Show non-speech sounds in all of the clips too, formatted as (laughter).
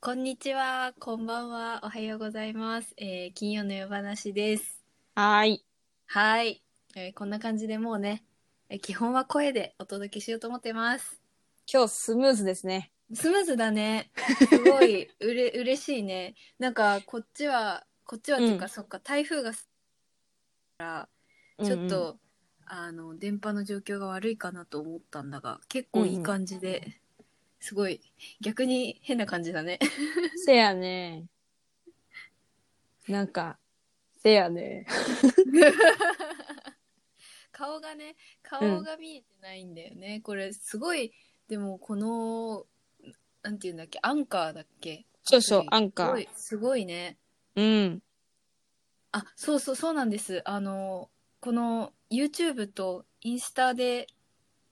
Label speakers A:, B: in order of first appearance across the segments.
A: こんにちは、こんばんは、おはようございます。えー金曜の夜話です。
B: はーい。
A: はい、えーこんな感じでもうね、えー基本は声でお届けしようと思ってます。
B: 今日スムーズですね。
A: スムーズだね。すごい、うれ、嬉しいね。なんか、こっちは、こっちはっていうか、
B: うん
A: そっか、台風がす、ちょっと、あの、電波の状況が悪いかなと思ったんだが、結構いい感じで、すごい、逆に変な感じだね。
B: うんうん。せやね。なんか、せやね。
A: 顔がね顔が見えてないんだよね、これすごいでもこのなんていうんだっけアンカーだっけ
B: そうそう、ア
A: ン
B: ンカ
A: すご
B: ー。
A: いすごいね
B: うん。
A: あそうそうそうなんですあのこの YouTube とインスタで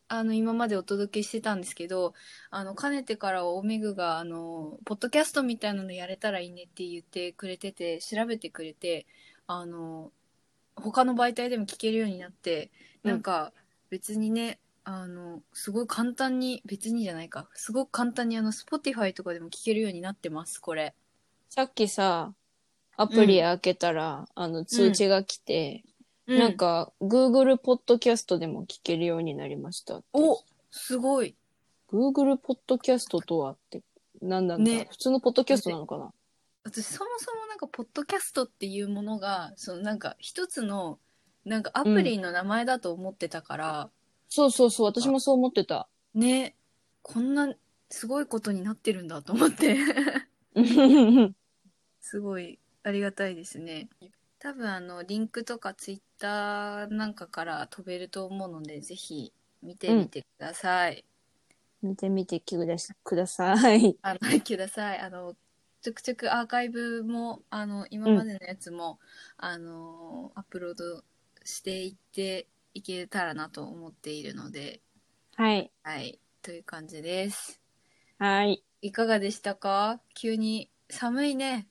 A: あの今までお届けしてたんですけどあのかねてからおめぐがあのポッドキャストみたいなのやれたらいいねって言ってくれてて調べてくれてあの他の媒体でも聞けるようになって
B: うん
A: なんか別にねあのすごい簡単に別にじゃないかすごく簡単にあの Spotify とかでも聞けるようになってますこれ
B: さっきさ、アプリ開けたら、あの、通知が来て、なんか、Google ポッドキャストでも聞けるようになりましたって。
A: おすごい
B: Google ポッドキャストとはって、なんなんだ、
A: ね
B: 普通のポッドキャストなのかな
A: 私そもそもなんかポッドキャストっていうものがそのなんか一つのなんかアプリの名前だと思ってたから、
B: そうそうそう、私もそう思ってた。
A: ねこんなすごいことになってるんだと思って (laughs) すごいありがたいですね多分あのリンクとかツイッターなんかから飛べると思うのでぜひ見てみてください、
B: (laughs) 見てみてくださください。
A: あの、 (laughs) ください。あの、ちょくちょくアーカイブも、あの、今までのやつも、あの、アップロードしていっていけたらなと思っているので、
B: はい。
A: はい、という感じです。
B: はい。
A: いかがでしたか急に寒いね。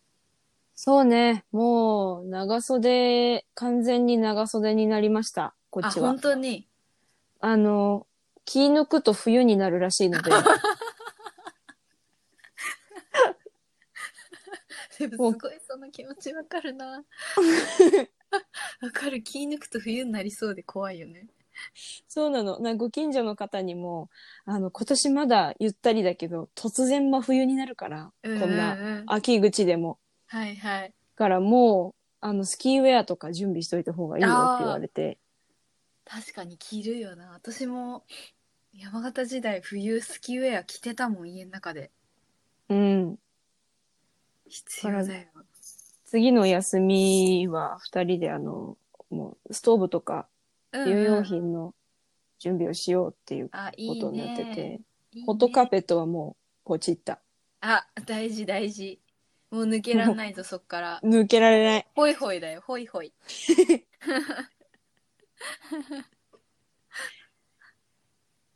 B: そうね。もう、長袖、完全に長袖になりました。こ
A: あ、
B: っちは
A: 本。当
B: (laughs)
A: に。
B: あの、気抜くと冬になるらしい
A: (laughs)
B: ので、
A: でもすごいその気持ちわかる
B: (laughs)
A: な。わかる。気抜くと冬になりそうで怖いよね。
B: そうなの。なご近所の方にも、あの、今年まだゆったりだけど、突然真冬になるから、こ
A: うんう
B: な、
A: ん。
B: 秋口でも。
A: はいはい。
B: からもう、あの、スキーウェアとか準備しといた方がいいよって言われて、
A: 確かに着るよな私も山形時代冬スキーウェア着てたもん家の中で
B: うん。
A: 必要だよ
B: 次の休みは、二人であの、もう、ストーブとか、有用
A: うんうん
B: 品の準備をしようっていう
A: あい
B: こ
A: い
B: とになってて、
A: ねいいね
B: ホットカーペットはもうポチった。
A: あ大事大事もう抜けらんないぞそっから
B: 抜けられない。
A: ホイホイだよホイホイ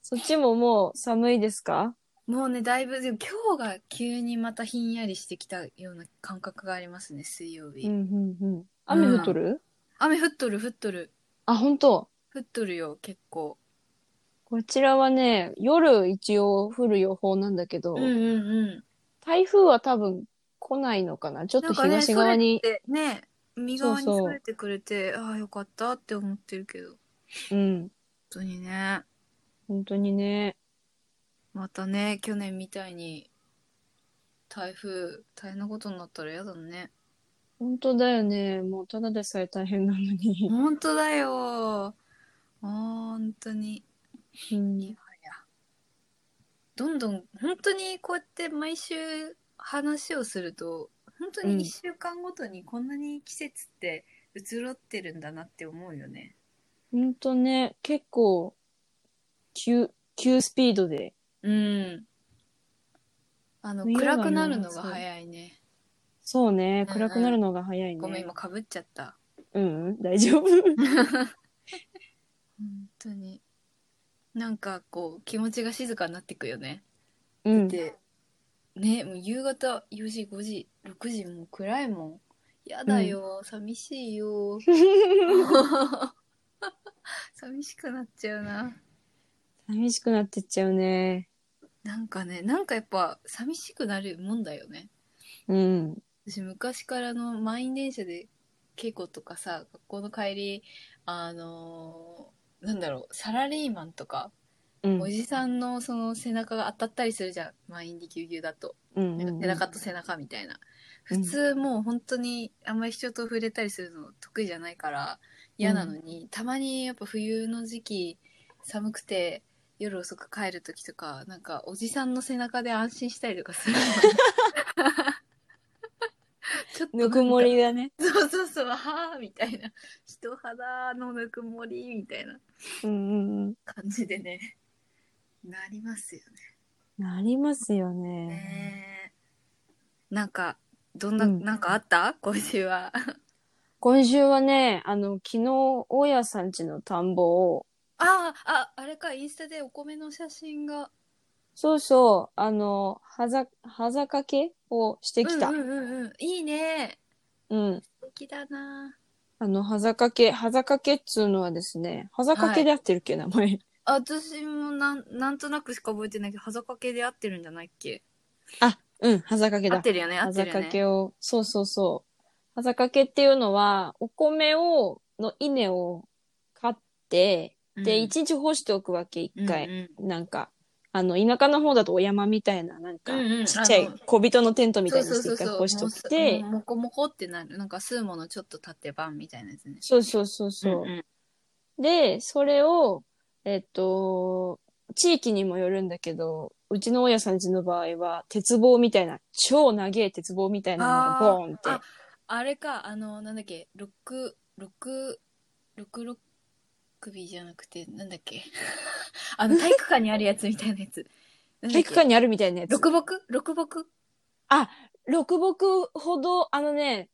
B: そっちももう寒いですか
A: もうねだいぶでも今日が急にまたひんやりしてきたような感覚がありますね水曜日、
B: うんうんうん。雨降っとる、
A: 雨降っとる降っとる
B: あ、本当
A: 降っとるよ結構
B: こちらはね、夜一応降る予報なんだけど、
A: うんうんうん
B: 台風は多分来ないのかなちょっ
A: な
B: と
A: んかね、
B: 東側に、
A: それってね、右側に
B: そうそう
A: それてくれて、ああ、よかったって思ってるけど、本
B: うん。
A: 当にね、
B: 本当にね、
A: またね、去年みたいに、台風、大変なことになったら嫌だね。
B: 本当だよね。もうただでさえ大変なのに。 (laughs)
A: 本当だよ。本当に。
B: うん
A: どんどん、本当にこうやって毎週話をすると、本当
B: うん
A: に1週間ごとにこんなに季節って移ろってるんだなって思うよね。
B: 本当ね、結構、急、急スピードで。
A: うん。あの、
B: 冬は
A: 暗
B: ね
A: くなるのが早いね。
B: そうね、
A: うんうん
B: 暗くなるのが早いね。
A: ごめん、今かぶっちゃった。
B: うんうん、大丈夫。
A: 本当に。なんかこう、気持ちが静かになってくよね。
B: うん。
A: で、ね、もう夕方4時、5時、6時、もう暗いもん。やだよ、寂しい
B: (laughs)
A: よ。 (laughs) 寂しくなっちゃうな。
B: 寂しくなってっちゃうね。
A: なんかね、なんかやっぱ寂しくなるもんだよね。
B: うん。
A: 私昔からの満員電車で稽古とかさ学校の帰りあのーなんだろうサラリーマンとか、
B: うん
A: おじさんのその背中が当たったりするじゃん満員でぎゅうぎゅうだと、
B: うん
A: なん
B: う
A: か
B: ん。
A: 背中と背中みたいな
B: う
A: 普
B: ん
A: 通もう本当にあんまり人と触れたりするの得意じゃないから嫌なのに、たまにやっぱ冬の時期寒くて夜遅く帰る時とかなんかおじさんの背中で安心したりとか
B: (laughs)
A: するのちょっと
B: ぬくもり
A: が
B: がね。
A: そうそうそうはあみたいな人肌のぬくもりみたいな
B: うんうんうん。
A: 感じでねなりますよ
B: なりますよ
A: ね
B: ね。
A: ねなんかどんな、
B: うん
A: なんかあった今週は
B: 今週はね、あの、昨日、大家さんちの田んぼを、
A: ああ、あ、あれか、インスタでお米の写真が。
B: そうそう、あの、はざ、はざかけをしてきた。
A: うんうんうんうん。いいね。
B: うん。
A: 素敵だな。
B: あの、はざかけ、はざかけっつうのはですね、はざかけで合ってるっけ、名前。
A: あ私もなん、なんとなくしか覚えてないけど、はざかけで合ってるんじゃないっけ
B: あ、うん、はざかけ
A: 合
B: だ
A: っ。てるよね、合
B: は
A: って
B: ざ
A: るよ
B: か
A: ね。
B: けを、そうそうそう。はざかけっていうのは、お米を、の稲を買って、で、
A: 一
B: 一日干しておくわけ、一回。
A: うん
B: なんか、あの、田舎の方だとお山みたいな、なんか、
A: うんうん
B: ちっちゃい
A: あの
B: 小人のテントみたいに
A: そう
B: して
A: そう
B: 一回
A: そう
B: 干しておく
A: そう。
B: て、
A: もうもこもこってなる。なんか、吸うものちょっと縦版みたいなやつね。
B: そうそうそうそう。
A: んん
B: で、それを、えっと、地域にもよるんだけど、うちの大家さんちの場合は、鉄棒みたいな、超長い鉄棒みたいなのがボーンって
A: あー。あれか、あの、なんだっけ、ロック、ロック、ロックロックビーじゃなくて、なんだっけ。 (laughs) あの、体育館にあるやつみたいなやつ。なんだ
B: 体
A: っ
B: 育
A: け
B: 館にあるみたいなやつ。
A: 六木六木
B: 六木ほど、あのね、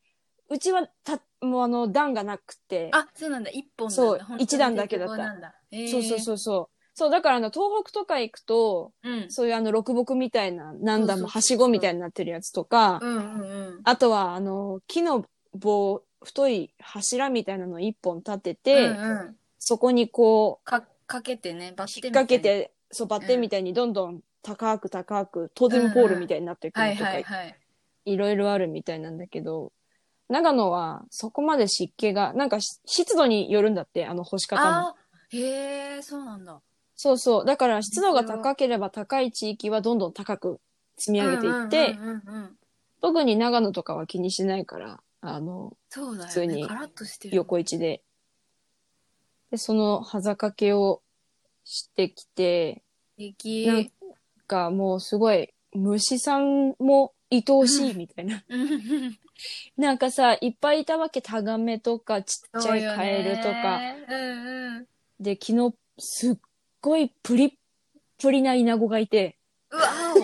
B: うちはた、もうあの、段がなくて。
A: あ、そうなんだ。一本なんだ。
B: そう
A: 本当に
B: 一段だけだった
A: 鉄棒なんだ。へー
B: そうそうそうそう。そう、だからあの、東北とか行くと、
A: うん。
B: そういうあの、六木みたいな、
A: そう
B: 何段
A: そうそうそ
B: も
A: う
B: はしごみたいになってるやつとか、
A: うんうんうん。
B: あとはあの、木の棒、太い柱みたいなのを一本立てて、
A: うんうん、
B: そこにこう、
A: か、かけてね、バッテンみ
B: 引っ
A: たい
B: 掛
A: な
B: け。て、そう、バッテンみたいにどんどん高く高く、トーテムポールみたいになっていく
A: は
B: の
A: い
B: と
A: はい
B: か、
A: はい。
B: いろいろあるみたいなんだけど、長野はそこまで湿気が、なんかし湿度によるんだって、あの干し方も。
A: あーへえ、そうなんだ。
B: そうそう。だから湿度が高ければ高い地域はどんどん高く積み上げていっ
A: うん
B: て、
A: うんうんうん
B: 特に長野とかは気にしないから、あの、
A: そうだ
B: 普
A: よ
B: 通
A: ね。
B: に
A: カラッとしてる。
B: 横一で。で、その、はざかけをしてきて、
A: 敵。
B: なんかもうすごい、虫さんも愛おしいみたいな。
A: うんうん
B: なんかさ、いっぱいいたわけ、タガメとか、ちっちゃいカエルとか。。
A: そうよねうんうん。
B: で、昨日、すっごいプリップリなイナゴがい
A: (laughs)
B: て、
A: うわお。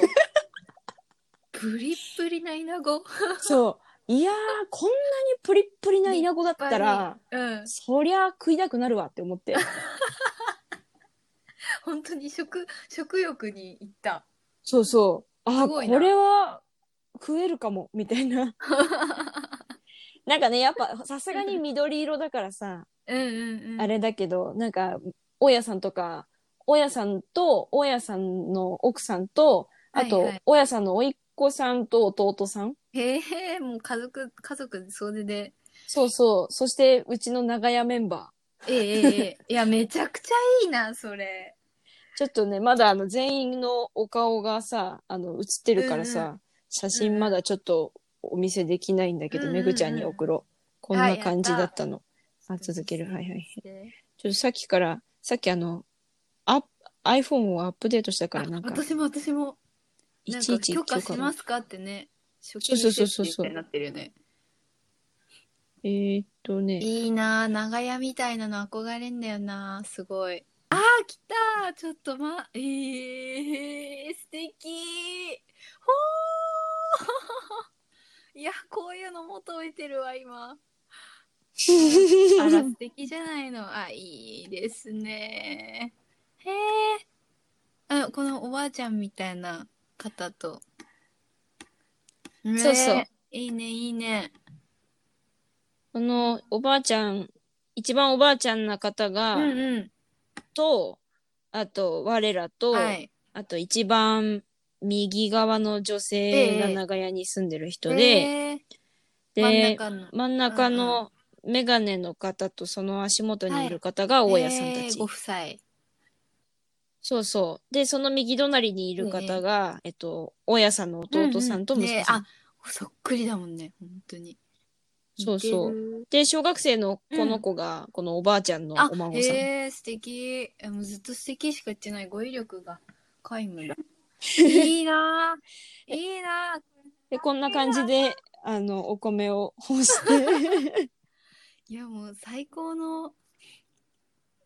A: プリップリなイナゴ。
B: そう、いやー、こんなにプリップリなイナゴだったら、
A: うん。
B: そりゃ食いたくなるわって
A: (laughs)
B: 思って。
A: 本当に食、食欲に行った。
B: そうそう。あ、
A: す
B: こ
A: ごいな
B: れは食えるかも、みたい
A: (laughs)
B: な。なんかね、やっぱさすがに緑色だからさ、
A: うんうんうん。
B: あれだけど、なんか、大家さんとか、大家さんと、大家さんの奥さんと、あ
A: は
B: と
A: いはい、
B: 大家さんの甥っ子さんと弟さん。
A: へえ、もう家族、家族総出で。
B: そうそう。そして、うちの長屋メンバ
A: ええええええ。いや、めちゃくちゃいいな、そ
B: (laughs)
A: れ。
B: ー。ちょっとね、まだあの、全員のお顔がさ、あの、写ってるからさ、
A: うん
B: 写真まだちょっとお見せできないんだけど、
A: うんうんう
B: め
A: ん
B: ぐちゃんに送ろう。こん
A: あ
B: な
A: やった
B: 感じだったの。あ、続ける。はいはい。
A: で
B: ちょっとさっきから、さっきあの、アップ iPhone をアップデートしたか
A: あ
B: ら、なんか、
A: 私も私も、
B: い
A: なん
B: ちい
A: か
B: ち
A: 許可し
B: な
A: ま。すかってね。初
B: そうそうそうそ
A: み
B: う
A: たいになってるよね。
B: えー、っとね、
A: いいなあ長屋みたいなの憧れんだよなすごい。あー、来たちょっとま、えー、素敵ほー (laughs) いや、こういうのも届いてるわ、今。あら、素敵じゃないの。あ、いいですね。へえ。あ、このおばあちゃんみたいな方と。ねえ
B: そうそう。
A: いいね、いいね。
B: このお (laughs) ばあちゃん、一番おばあちゃんな方
A: う
B: が、
A: んうん。
B: と、あと、我らと、
A: はい。
B: あと一番右側の女性が長屋に住んでる人で、
A: えー
B: で、
A: 真ん中の
B: 真ん中のメガネの方とその足元にいる方が大家さんた
A: えー
B: ち。
A: ご夫妻
B: そうそう。で、その右隣にいる方が、えっと、大家さんの弟さんと息
A: うんうんね
B: 子さん。
A: あそっくりだもんね本当に
B: そうそう
A: う
B: で、小学生のこの子が、このおばあちゃんの
A: あ
B: お孫さん。
A: へえ素敵えもうずっと素敵しか言ってない語彙力が皆無だいいな
B: (laughs)
A: ぁいいなぁ
B: で、こんな感じで、あの、お米を
A: (laughs)
B: 干して。
A: いやもう最高の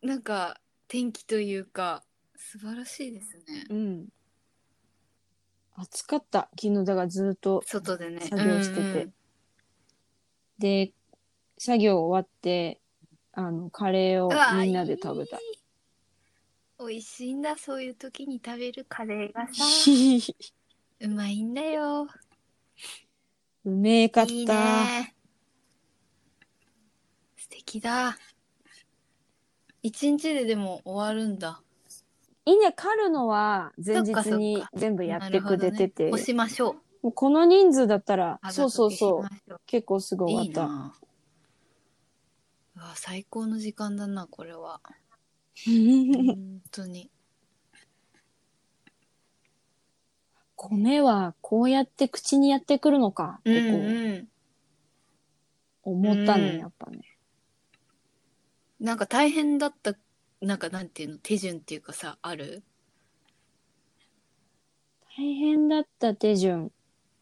A: なんか天気というか素晴らしいですね
B: うん。暑かった。昨日だからずっと。
A: 外でね
B: 作業してて
A: うんうん
B: で、作業終わって、あの、カレーを
A: うわ
B: みんなで食べた。
A: いい美味しいんだそういう時に食べるカレーがさうまいんだよ
B: (laughs) うめえかった。
A: いいね素敵だ一日ででも終わるんだ
B: いいね、狩るのは前日
A: そっかそっか
B: に全部やってくれてて、
A: 押しましょ
B: もうこの人数だったら、
A: う
B: そうそうそう
A: あざ、とけしましょう
B: 結構すぐ終わ
A: いい
B: った。
A: なうわ最高の時間だなこれ
B: (laughs)
A: は本当に
B: 米はこうやって口にやってくるのかってこう
A: うん
B: 思った
A: う
B: ね、
A: ん
B: やっぱね。
A: なんか大変だったなんかなんていうの手順っていうかさある
B: 大変だった手順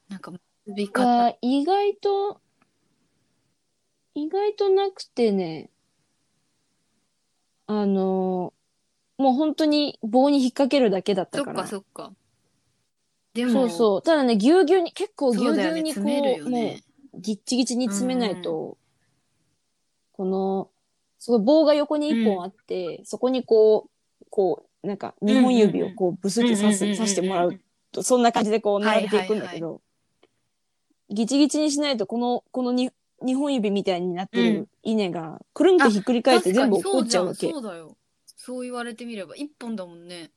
A: なんか結び方
B: が意外と、意外となくてね、あの、もう本当に棒に引っ掛けるだけだった
A: そ
B: か
A: っ
B: ら
A: か。そっかでも
B: そうそう。ただね、ぎゅうぎゅうに、結構ぎゅ
A: そううだ
B: ぎゅ
A: よ
B: う
A: ね
B: にこう、
A: 詰めるよ
B: もう
A: ね
B: ギッチギチに詰めないと、この、すごい棒が横に一本あって、そこにこう、こう、なんか、二本指をこう、ブスって刺す、刺してもらうと、そんな感じでこう、並べていくんだけど、ギチギチにしないと、この、このに二本指みたいになって
A: う
B: る稲が、くるんとひっくり返って
A: 確か
B: 全部
A: に
B: 落っこっちゃうわ
A: そうじ
B: け。
A: んそうだよそう言われてみれば一本だもんね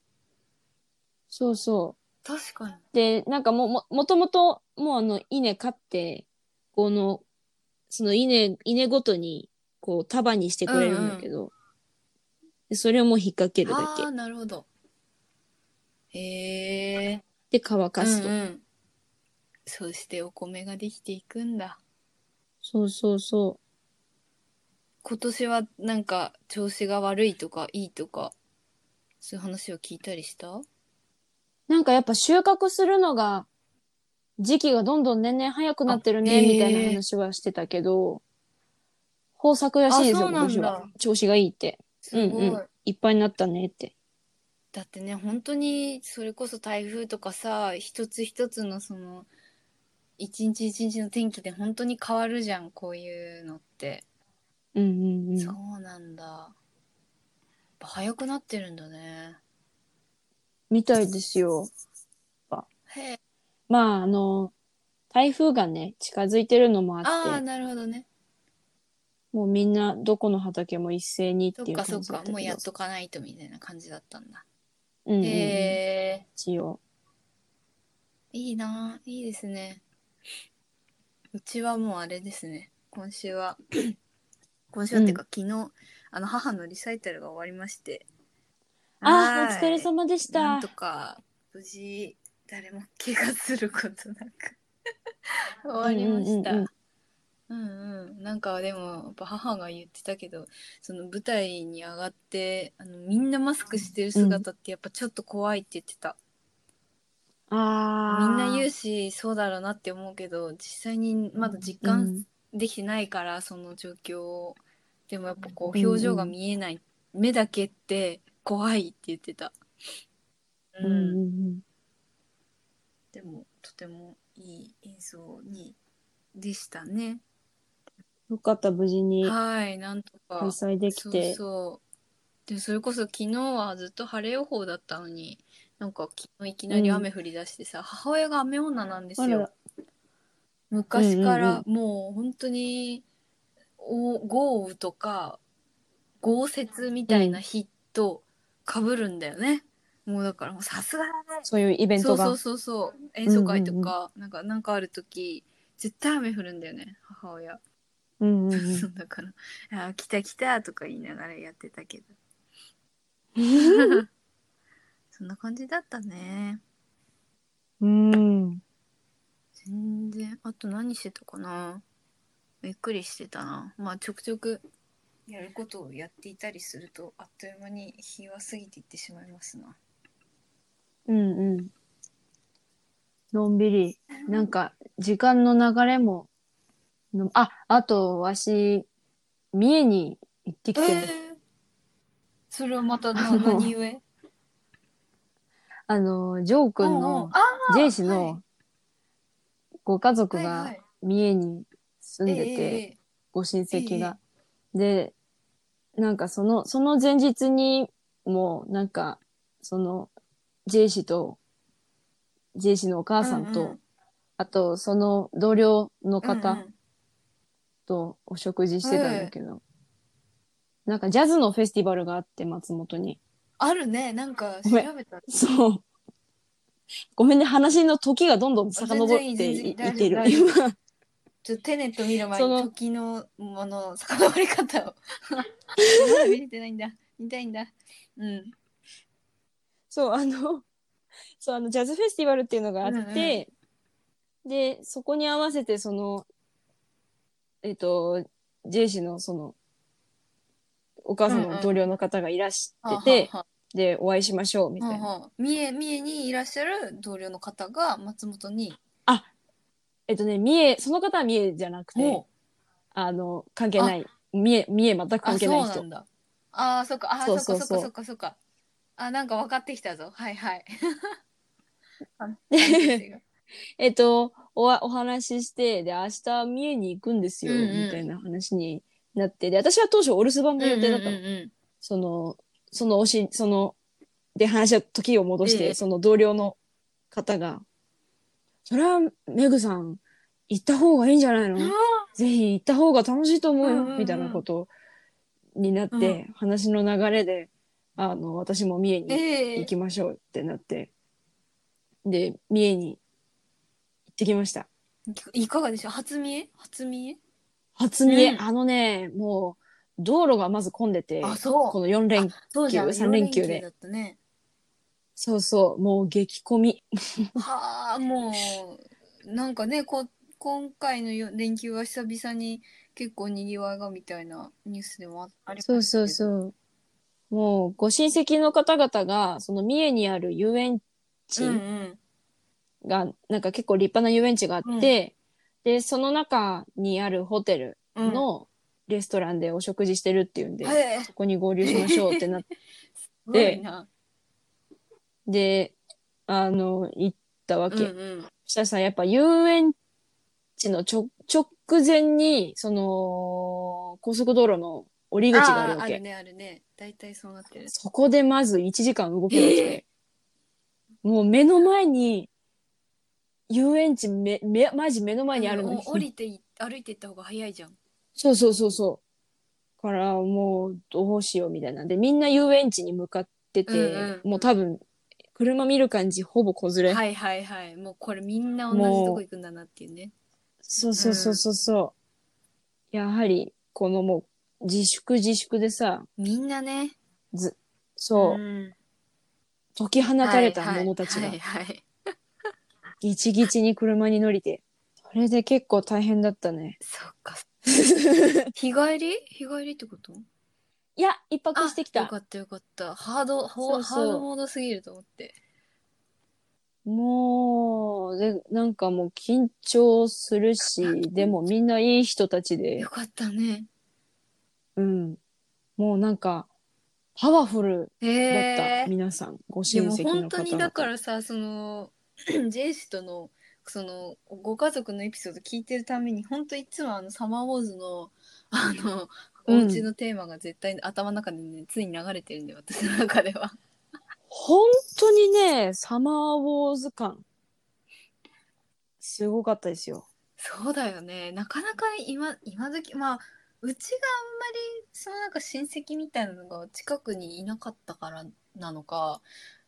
B: そうそう。
A: 確かに
B: で、なんかもう、も、もともと、もうあの、稲買って、この、その稲、稲ごとに、こう、束にしてくれるんだけど、でそれをもう引っ掛けるだ
A: あ
B: け
A: あ。ーなるほどへえ
B: で、乾かすと。
A: うんうんそうしてお米ができていくんだ
B: そうそうそ
A: 今年はなんか調子が悪いとかいいとかそういう話を聞いたりした
B: う。なんかやっぱ収穫するのが、時期がどんどん年々早くなってる
A: あ
B: ね、みた
A: へ
B: いな
A: え
B: 話はしてたけど、豊作らしいです
A: あそ
B: よ、
A: う
B: 今
A: なんだ
B: 年は。調子がいいって。
A: すごい、
B: うんうんいっぱいになったねって。
A: だってね本当にそれこそ台風とかさ一つ一つのその一日一日の天気で本当に変わるじゃんこういうのって、
B: うんうんうん。
A: そうなんだやっぱ早くなってるんだね
B: みたいですよ。
A: へえ
B: まあ、あの、台風がね、近づいてるのも
A: あ
B: あ
A: あ
B: って、
A: なるほどね
B: もうみんなどこの畑も一斉にっ
A: そ
B: て
A: っ
B: いう
A: かそ
B: 感
A: っ
B: じだ
A: か
B: ったけど。
A: もうやっとかないとみたいな感じだったんだ
B: うんうんうん、
A: へえ
B: 一応。
A: いいなぁいいですねうちはもうあれですね今週
B: (clears throat)
A: は今週はっていうか、昨日あの母のリサイタルが終わりまして
B: あ、
A: は
B: お
A: ーい
B: 疲れ様でし
A: なん
B: た
A: と。か無事誰も怪我することなく (laughs) 終わりました。
B: うんうん
A: うんうん、なんかでもやっぱ母が言ってたけどその舞台に上がってあのみんなマスクしてる姿ってやっぱちょっと怖いって言ってた、
B: あ
A: みんな言
B: う
A: うしそうだろうなって思うけど実際にまだ実感できてないから、その状況をでもやっぱこう表情が見えない、目だけって怖いって言ってた
B: うんうんうんうん。
A: でもとてもいい演奏にでしたね。
B: よかった、無事に
A: はい、なんと
B: 開
A: か。
B: 催でき
A: そう
B: て。
A: そう。でそれこそ昨日はずっと晴れ予報だったのになんか昨日いきなり雨降り出してさ、母親が雨女なんです
B: あ
A: よ
B: ら。
A: 昔から
B: う
A: もう本当にお豪雨とか豪雪みたいな日と被るんだよね、もうだからもうさすがだね
B: そういうイベン
A: そ
B: ト
A: うそ
B: が
A: う。そうそう演奏会とか、なんかなんかある時絶対雨降るんだよね母親、
B: うんうんう
A: そ
B: ん
A: うだから「あー来た来た」とか言いながらやってた
B: (laughs)
A: けどそんな感じだったね
B: うん。
A: 全然あと何してたかなびっくりしてたなまあちょくちょくやることをやっていたりするとあっという間に日は過ぎていってしまいますな
B: うんうん。のんびり。なんか、時間の流れも。のあ、あと、わし、三重に行ってきて、
A: それはまた
B: な何
A: 故うん
B: あの、ジョー君の、
A: あ
B: ジェイ氏
A: は
B: のご家族
A: はいは
B: が
A: い
B: 三重に住んでて、
A: え
B: ご親戚が。で、なんかその、その前日にも、なんか、その、ジェイ氏と、ジェイ氏のお母さんと、
A: うんうん
B: あと、その同僚の
A: えうんう
B: 方
A: ん
B: とお食事してたんだけど、なんかジャズのフェスティバルがあって、松本に。
A: あるねなんか調
B: ごめん
A: べた
B: そう。ごめんね、話の時がどんどん遡ってい
A: 全然いい全然
B: いってる。
A: 大丈夫
B: 今、
A: ちょっとテネット見る前
B: そ
A: に
B: の
A: 時のもの遡り方 (laughs) をまだ見れてないんだ見たいんだうん
B: そう、あの、 (laughs) そう、あの、ジャズフェスティバルっていうのがあって、で、そこに合わせて、その、えっ、と、ジェイ氏の、その、お母さん
A: うんうん
B: の同僚の方がいらしてて、
A: はあはあはあ
B: で、お会いしましょう、みたいな。
A: はあはあ三重三重にいらっしゃる同僚の方が松本に
B: えっとね、三重、その方は三重じゃなくて、
A: う
B: あの、関係ない。三重、三重全く
A: あ
B: 関係
A: そ
B: ないう
A: な
B: 人
A: ん。だあーそっかあー
B: そう
A: そ
B: そ
A: っ
B: う
A: か
B: そう
A: そっかそっかそっかあなんか分かってきたぞはいはい
B: (laughs)
A: あ
B: でえっと、おわお話しして、で、明日三重に行くんですよ、
A: うんうん
B: みたいな話になって、で、私は当初お留守番の予定だったの。
A: うんうんうんうん
B: その、そのおし、その、で、話を、時を戻して、
A: ええ
B: その同僚の方が、それは、メグさん、行った方がいいんじゃないの
A: あ
B: ぜひ行った方が楽しいと思うよ、
A: うんうんうん
B: みたいなことになって、
A: う
B: 話の流れで、あの、私も三重に
A: え
B: 行
A: え
B: きましょうってなって、で、三重に行ってきました。
A: いかがでしょう初見え初見え
B: 初見え、
A: うん
B: あのね、もう、道路がまず混んでて、
A: あそう
B: この4連
A: そうじゃん
B: 三連休で
A: 四だったね
B: そうそう、もう激混み。
A: はあもうなんかねこ今回のよ連休は久々に結構にぎわいがみたいなニュースでもあありましたけ
B: そ
A: ど
B: うそうそう。もう、ご親戚の方々が、その三重にある遊園地
A: うんうん
B: が、なんか結構立派な遊園地があって、で、その中にあるホテル
A: うん、
B: のレストランでお食事してるっていうんで、
A: へえ
B: そこに合流しましょうってなって、
A: すごいな (laughs)
B: で、あの、行ったわ
A: う
B: け。
A: んうん
B: そしたらさ、やっぱ遊園地のちょ直前に、その、高速道路の折り口がある
A: あ
B: わ
A: あ
B: け
A: る。ねあるね大体そうなってる
B: そこでまず1時間動けなくて、もう目の前に、遊園地め、め、マジ目の前にあるのに
A: お。降りてい歩いていった方が早いじゃん
B: そうそうそうそう。からもうどうしようみたいなんで、みんな遊園地に向かってて、
A: うんうん
B: もう多分、車見る感じほぼ子連れ。
A: はいはいはいもうこれみんな同じとこ行くんだなっていうね
B: そうそうそうそうそう。やはり、このもう、自粛自粛でさ、
A: みんなね
B: そう、
A: ん
B: 解き放たれた者たち
A: は
B: が
A: い、はいはい
B: ギチギチに車に乗りて、それで結構大変だったね。
A: そっ
B: (laughs)
A: か日帰り日帰りってこと
B: いや、一泊
A: あ
B: してき
A: よ
B: た
A: か。ったよかったハードほ
B: そうそう
A: ハードモードすぎると思って
B: もう、で、なんかもう緊張するし、でもみんないい人たちで
A: よ、かったね
B: うん。もうなんか、パワフル
A: へ
B: だった、
A: え
B: 皆さん、ご
A: いや
B: 親
A: もう
B: 戚の方々
A: 本当にだからさその (clears throat) ジェイ氏とのそのご家族のエピソード聞いてるために本当いつもあのサマーウォーズのあの
B: う
A: お
B: ん
A: 家のテーマが絶対頭の中でねついに流れてるんで私の中では
B: 本当にね、サマーウォーズ感、すごかったですよ。
A: そうだよねなかなか今今時まあうちがあんまりそのなんか親戚みたいなのが近くにいなかったからなのか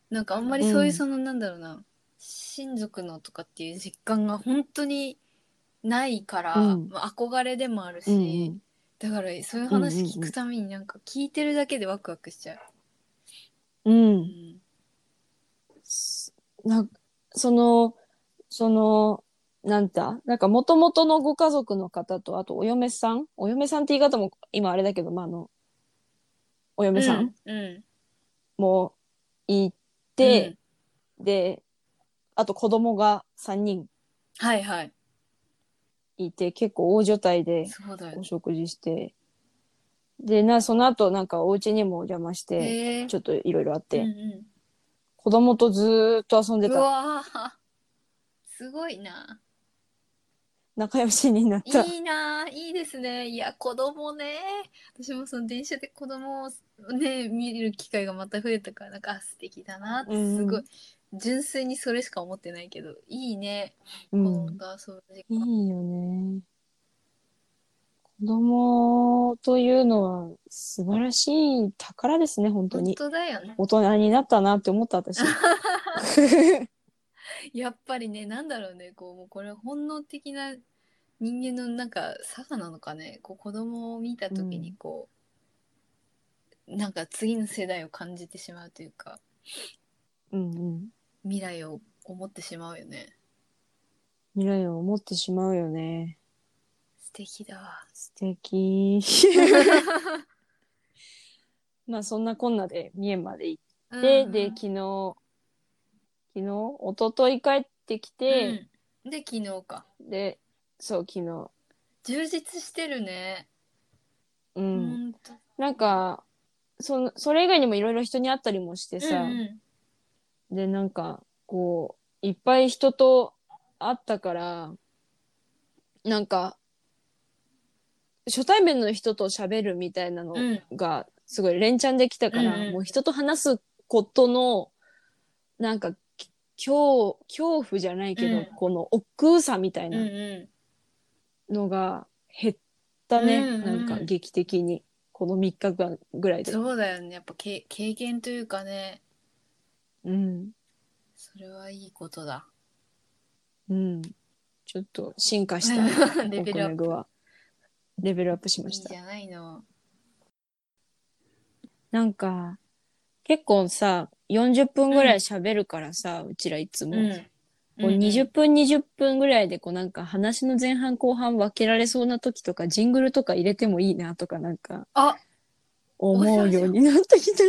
A: なんかあんまりそういううんその、なんだろうな親族のとかっていう実感が本当にないから、
B: うん
A: まあ、憧れでもあるし、
B: うん
A: だからそういう話
B: うんうん
A: 聞
B: うん
A: くためになんか聞いてるだけでワクワクしちゃう。
B: うん
A: う
B: うん
A: ん
B: なそのそのなんだなんかもともとのご家族の方とあとお嫁さんお嫁さんって言い方も今あれだけどまああのお嫁さん
A: うんうん
B: もいて、であと子供が3人
A: はいはい
B: いて結構大所帯で
A: そうだよ
B: お
A: ね。
B: 食事してでなその後なんかお家にもお邪魔して
A: へえ
B: ちょっといろいろあって、
A: うんうん
B: 子供とずーっと遊んで
A: う
B: た
A: わーすごいな。
B: 仲良しになった
A: いいなあいいですね。いや、子供ね。私もその電車で子供をね、見る機会がまた増えたから、なんかあ素敵だなって、
B: うん
A: すごい。純粋にそれしか思ってないけど、いいね。
B: う
A: 子
B: ん
A: 供と遊ぶ時
B: い
A: 間。
B: いよね。子供というのは素晴らしい宝ですね、本当
A: 本
B: に。
A: 当だよね。
B: 大人になったなって思っ
A: (laughs)
B: た私。
A: やっぱりね、なんだろうね、こう、もうこれ本能的な人間のなんか差がなのかね、こう子供を見た時
B: う
A: に
B: ん
A: こう、なんか次の世代を感じてしまうというか、
B: うんうん。
A: 未来を思ってしまうよね。
B: 未来を思ってしまうよね。
A: 素敵だわ。
B: 素
A: (laughs)
B: 敵。まあそんなこんなで三重まで行って、
A: うん
B: で、昨日、昨日、一昨日帰ってきて、
A: うんで昨日か。
B: で、そう、昨日。
A: 充実してるね。
B: う。
A: うんんと。
B: なんか、その、それ以外にもいろいろ人に会ったりもしてさ、
A: うんうん
B: で、なんか、こう、いっぱい人と会ったから、なんか、初対面の人と喋るみたいなの
A: うん
B: が、すごい連チャンできたから、
A: うんうん
B: もう人と話すことの、なんか、き恐、恐怖じゃないけど、
A: うん
B: この億劫さみたい
A: うん
B: な
A: う
B: のが減ったね。
A: うんうん
B: なんか、劇的に。この3日間ぐらい
A: ん。
B: で。
A: そうだよね。やっぱけ経験というかね、
B: うん。
A: それはいいことだ。
B: うん。ちょっと進
A: (laughs)
B: 化した
A: レベルアップ
B: 奥めぐはレベルアップしま
A: いい
B: した
A: じ。ゃないの。
B: なんか、結構さ、40分ぐらい喋るからさ、うちらいつ
A: う
B: も。
A: ん。
B: こう20分20分ぐらいでこうなんか話の前半後半分けられそうな時とかジングルとか入れてもいいなとかなんか
A: あ
B: 思うようになってきた。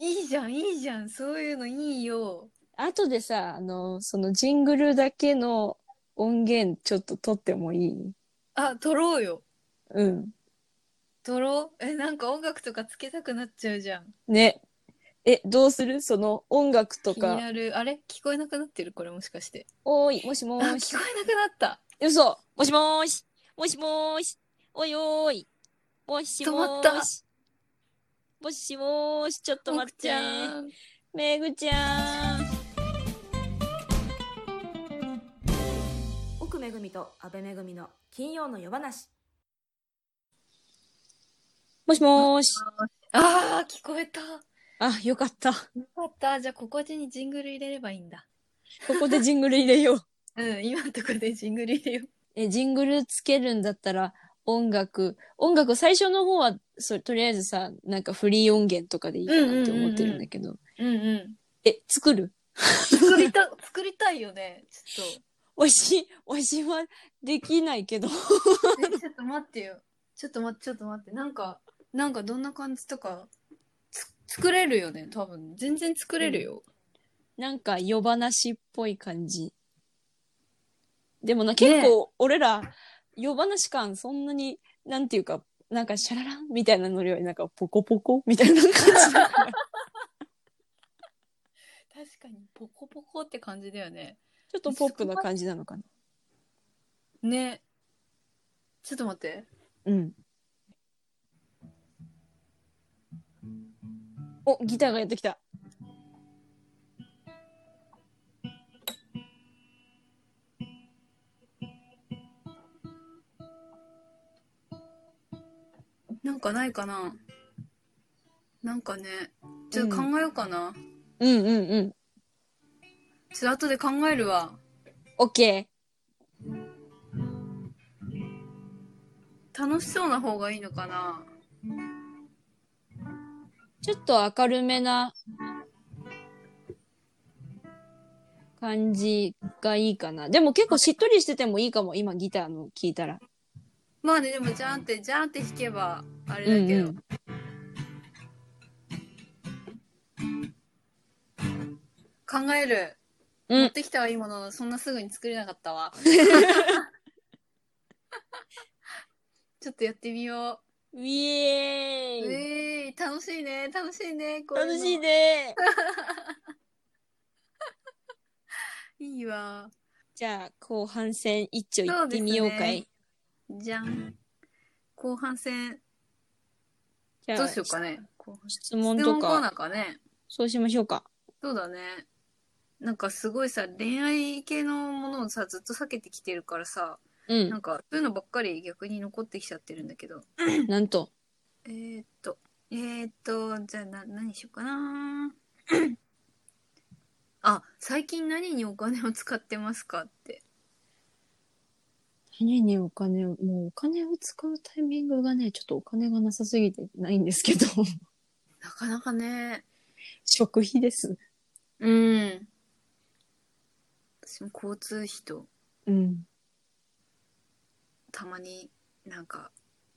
A: いいじゃん、いいじゃん。そういうのいいよ。
B: 後でさ、あの、そのジングルだけの音源ちょっと取ってもいい
A: あ、撮ろうよ。
B: うん。
A: 撮ろう。え、なんか音楽とかつけたくなっちゃうじゃん。
B: ね。え、どうするその音楽と
A: 気に
B: か。
A: なる。あれ聞こえなくなってるこれもしかして。
B: おーい、もしも
A: あ、
B: ーし。
A: 聞こえなくなった。
B: 嘘もしもーしもしもーしおいおーいもしも
A: 止まっ
B: ー
A: た
B: しもしもーしちょっと待っ
A: 奥ち
B: て
A: ゃん。
B: めぐちゃん
C: 奥めぐみと安倍めぐみの金曜の夜話
B: もしもーし
A: ああ、聞こえた。
B: あ、よかった。こ
A: よかった。じゃあ、ここにジングル入れればいいんだ。
B: こでジングル入れよう。
A: うん、今のところでジングル入れよう。
B: え、ジングルつけるんだったら、音楽、音楽、最初の方は、そとりあえずさ、なんかフリー音源とかでいいかなって思ってるんだけど。
A: うんうん。
B: え、作る
A: 作りた、作りたいよね。ちょ
B: おいし、おいしいはできないけ
A: (laughs)
B: ど。 (laughs)
A: っと。えちょっと待ってよ。ちょっと待って、ちょっと待って。なんか、なんかどんな感じとか、つ作れるよね。多分。全然作れるよ。
B: なんか夜話っぽい感じ。でもな、結構俺ら、夜話感そんなに、なんていうか、なんかシャラランみたいなのよりなんかポコポコみたいな感 (laughs) じだから。
A: 確かに、ポコポコって感じだよね。
B: ちょっとポップな感じなのかな。
A: ね。ちょっと待って。
B: うん。お、ギターがやってきた。
A: なんかないかな。なんかね、ちょっと考えようかな。
B: うんうんうんうん。
A: ちょっと後で考えるわ。
B: オッケ
A: 楽しそうな方がいいのかな
B: ー。ちょっと明るめな感じがいいかな。でも結構しっとりしててもいいかも。今ギターの聴いたら。
A: まあね、でもじゃんって、じゃんって弾けば、あれ
B: う
A: だ
B: ん
A: けど。
B: うん。
A: 考える。
B: うん
A: 持ってきたはいいものの、そんなすぐに作れなかったわ。ちょっとやってみよ
B: ウ
A: う。
B: ィエーイ
A: ええ楽しいね、楽しいね、こういうの
B: 楽しいね。
A: いいわ。
B: じゃあ、後半戦一丁行ってみようかい。
A: じゃん。後半戦、
B: じゃあ、
A: どうしようかね。後半
B: 質問
A: 質
B: と
A: 問コーナ
B: か、
A: ーかね。
B: そうしましょうか。
A: そうだね。なんかすごいさ、恋愛系のものをさ、ずっと避けてきてるからさ、
B: う
A: なん
B: ん。
A: かそういうのばっかり逆に残ってきちゃってるんだけど。
B: なんと。
A: えー、っと、えー、っと、じゃあな、何しようかな。 (coughs) あ、最近何にお金を使ってますかって。
B: 何にお金を、もうお金を使うタイミングがね、ちょっとお金がなさすぎてないんですけど、 (laughs)
A: なかなかね。
B: 食費です。
A: うん。私も交通費と
B: うん。
A: たまになんか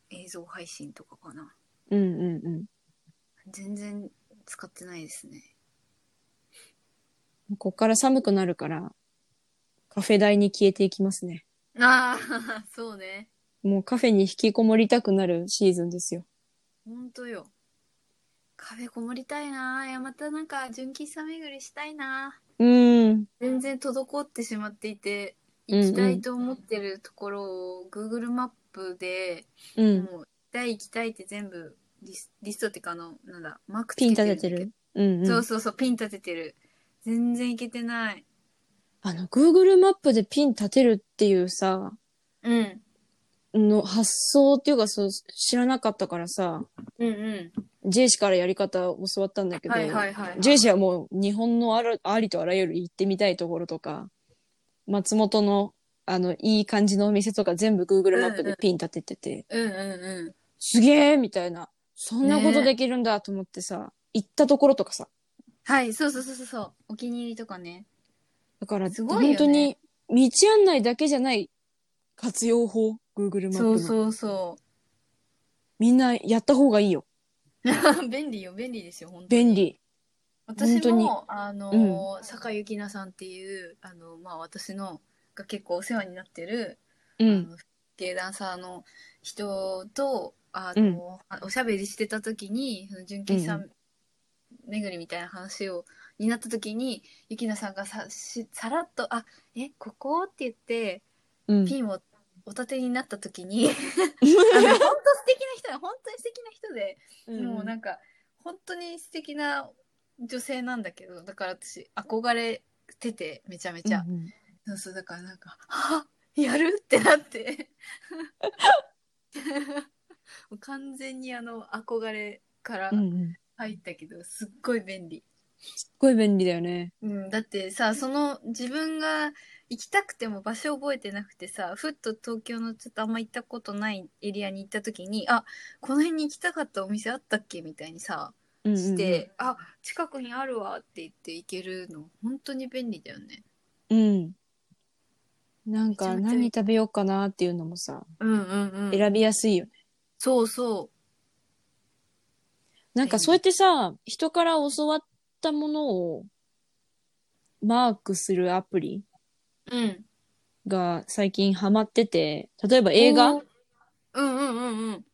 A: 映像配信とかかな。
B: うんうんうん。
A: 全然使ってないですね。
B: ここから寒くなるから、カフェ代に消えていきますね。
A: ああ、 (laughs) そうね。
B: もうカフェに引きこもりたくなるシーズンですよ。
A: ほんとよ。カフェこもりたいな。いや、またなんか純喫茶巡りしたいな。
B: うん。
A: 全然滞ってしまっていて、
B: うんうん
A: 行きたいと思ってるところを Google マップで、
B: うん。
A: もう行きたい行きたいって全部リスリストっていうかあの、なんだ、マークつ
B: ピン
A: けて
B: 立
A: るんだけ
B: て
A: ど
B: てる。うん、うん。
A: そうそうそう、ピン立ててる。全然行けてない。
B: あの、Google マップでピン立てるっていうさ、
A: うん。
B: の発想っていうか、そう、知らなかったからさ、
A: うんう
B: ジェイ氏からやり方を教わったんだけ
A: ん。
B: ど、
A: はいはいはい。
B: ジェイ氏はもう日本のあるありとあらゆる行ってみたいところとか、松本のあの、いい感じのお店とか全部 Google マップでピン立ててて、
A: うんうんうん。
B: すげえみたいな、そんなことできるんだと思ってさ、行ったところとかさ、
A: はい、そうそうそうそうそう。お気に入りとかね。
B: だから、
A: すごいよ
B: 本
A: ね
B: 当に道案内だけじゃない活用法、Google マップの。
A: そうそうそう。
B: みんなやった方がいいよ。
A: (laughs) 便利よ便利ですよ本当に
B: 便利。
A: 私
B: 本当に
A: もあの、坂井幸菜さんっていうあの、まあ、私のが結構お世話になってる、
B: う
A: あ
B: ん。
A: の芸ダンサーの人とあの、あおしゃべりしてた時にその純金さ
B: うん
A: 巡りみたいな話をになった時に幸菜さんがさしさらっと「あえここ?」って言って
B: うん。
A: ピンをお立てになった時にあの本当素敵な人だ本当に素敵な人で。もうなんか本当に素敵な女性なんだけどだから私憧れててめちゃめちゃ、
B: うんうん
A: そうそうだからなんか「はっやる!」ってなって (laughs) もう完全にあの憧れから
B: うんうん。
A: 入ったけど、すっごい便利、
B: すっごい便利だよね。
A: うん、だってさその自分が行きたくても場所覚えてなくてさふっと東京のちょっとあんま行ったことないエリアに行った時にあこの辺に行きたかったお店あったっけみたいにさ、して、あ近くにあるわって言って行けるの本当に便利だよね
B: うんうん。なんか
A: めちゃめちゃ
B: 何食べようかなっていうのもさ、
A: うんうんう
B: 選びやすいよね。
A: そうそ
B: なんかそうやってさ、人から教わったものをマークするアプリ
A: ううん
B: が最近ハマってて、例えば映画
A: おーうんうんうんうん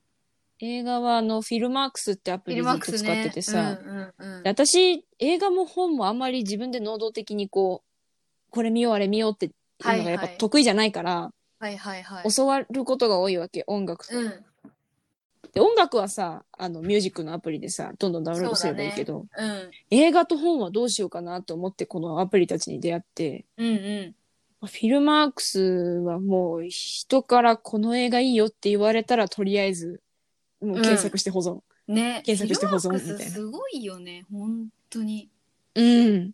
B: 映画はあのフィルマークスってアプ
A: フィ
B: リ
A: ル
B: ずっ
A: マッ
B: と
A: ク
B: 使
A: ス
B: って
A: ねう
B: てさ、
A: んうんうん
B: で私映画も本もあんまり自分で能動的にこう、これ見ようあれ見ようっていうのがやっぱ
A: はいはい
B: 得意じゃないから、
A: はいはいはい
B: 教わることが多いわけ、音楽とか
A: うん
B: で音楽はさあのミュージックのアプリでさどんどんダウンロードすればいいけど、
A: うん
B: 映画と本はどうしようかなと思ってこのアプリたちに出会って
A: うんうん
B: フィルマークスはもう人からこの映画いいよって言われたらとりあえずもう検索して保存、
A: ね
B: 検索して保存
A: フィルマックス
B: みたいな
A: すごいよね本当に
B: うん。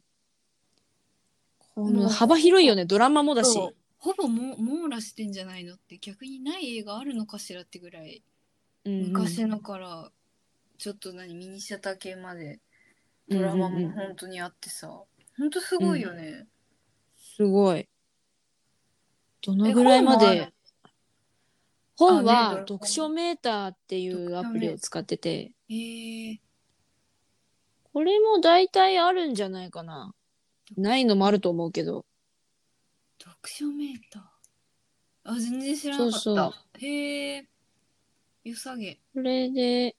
B: こ
A: もう
B: の幅広いよね。ドラマもだし。
A: そうほぼもう網羅してんじゃないのって逆にない映画あるのかしらってぐらい
B: うんうん
A: 昔のからちょっと何ミニシャタ系までドラマ
B: うんう
A: も
B: んうん
A: 本当にあってさ、本当すごいよね。
B: すごい。ど
A: え
B: のぐらいま
A: 本もある
B: で本
A: あね
B: は
A: どれ
B: 読書メーターっていうアプリを使ってて、
A: えー、
B: これも大体あるんじゃないかな。ないのもあると思うけど。
A: 読書メーター。あ全然知らなかった。
B: そうそう
A: へえ。良さげ。
B: これで、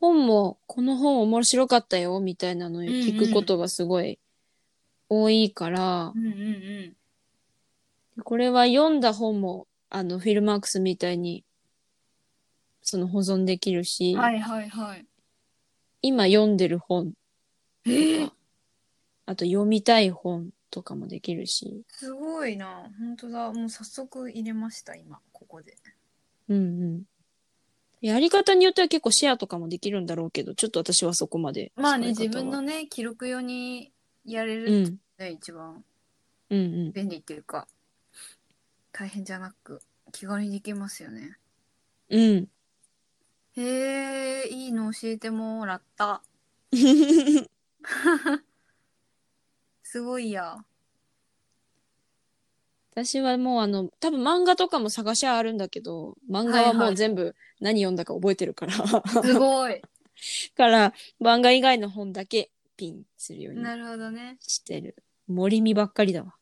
B: 本も、この本面白かったよ、みたいなのを聞くことがすごい多いから、
A: うんうんうん。
B: これは読んだ本も、あの、フィルマークスみたいに、その保存できるし、
A: はいはいはい。
B: 今読んでる本とか、
A: えー、
B: あと読みたい本とかもできるし、
A: すごいな。本当だ。もう早速入れました、今、ここで。
B: うんうん。やり方によっては結構シェアとかもできるんだろうけど、ちょっと私はそこまで。
A: まあね、
B: 使
A: 自
B: い方は
A: 分のね、記録用にやれ
B: う
A: る
B: ん。
A: のね、一番
B: うんうん。
A: 便利っていうか、大変じゃなく、気軽にできますよね。
B: うん。
A: へえ、いいの教えてもらった。すごいや。
B: 私はもうあの、多分漫画とかも探しはあるんだけど、漫画はもう全部何読んだか覚えてるから、 (laughs)
A: すごい。
B: から漫画以外の本だけピンするように
A: なるほどね。
B: してる。森見ばっかりだわ。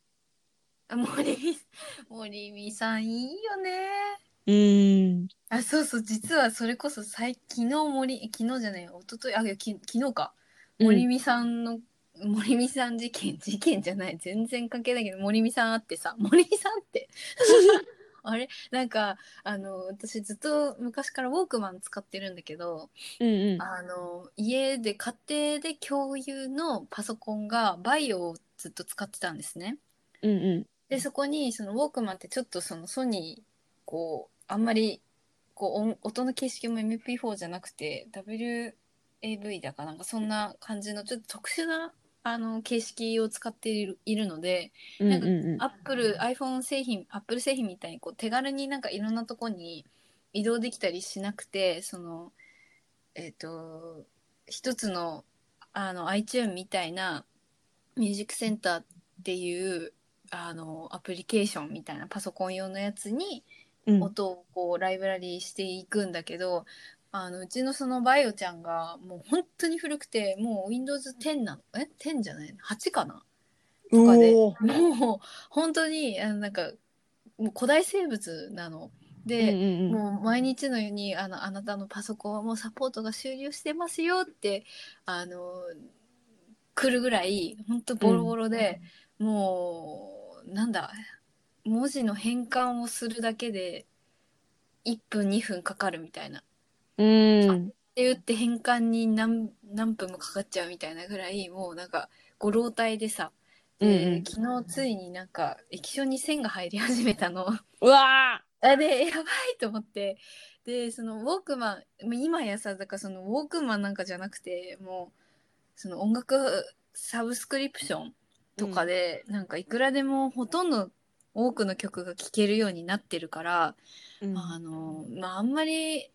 A: あ森美、森美さんいいよね。
B: うーん。
A: あ、そうそう、実はそれこそ最、昨日森、昨日じゃない、一昨日あ、いや、き昨日か。森美さんの、森美さん事件、事件じゃない、全然関係ないけど、森美さんあってさ、森美さんって。あれなんか、あの、私ずっと昔からウォークマン使ってるんだけど、
B: うんうん。
A: あの家で家庭で共有のパソコンがバイオをずっと使ってたんですね。
B: うんうん。
A: でそこにそのウォークマンってちょっとそのソニーこうあんまりこう音音の形式も MP4 じゃなくて WAV だかなんかそんな感じのちょっと特殊なあの形式を使っているいるので、
B: うん
A: なんか
B: うんうん。
A: アップル iPhone 製品アップル製品みたいにこう手軽になんかいろんなとこに移動できたりしなくてそのえっ、と一つのあの iTune みたいなミュージックセンターっていうあのアプリケーションみたいなパソコン用のやつに
B: うん
A: 音をこうライブラリーしていくんだけど、あのうちのそのバイオちゃんがもう本当に古くてもう Windows 10なのえ10じゃない8かなとかで
B: おー
A: もう本当にあのなんかもう古代生物なの
B: うん
A: で、
B: うんうん。
A: もう毎日のようにあの「あなたのパソコンはもうサポートが終了してますよ」ってあの来るぐらい本当ボロボロで、もうなんだ文字の変換をするだけで1分2分かかるみたいな。
B: うん。
A: って言って変換に何何分もかかっちゃうみたいなぐらいもうなんかご老体でさ、で
B: うんうん
A: 昨日ついになんか液晶に線が入り始めた
B: (laughs)
A: の
B: うわ
A: あでやばいと思ってでそのウォークマンもう今やさだからそのウォークマンなんかじゃなくてもうその音楽サブスクリプションとかで、なんかいくらでもほとんど多くの曲が聴けるようになってるから、
B: ーうん
A: あのまああんまり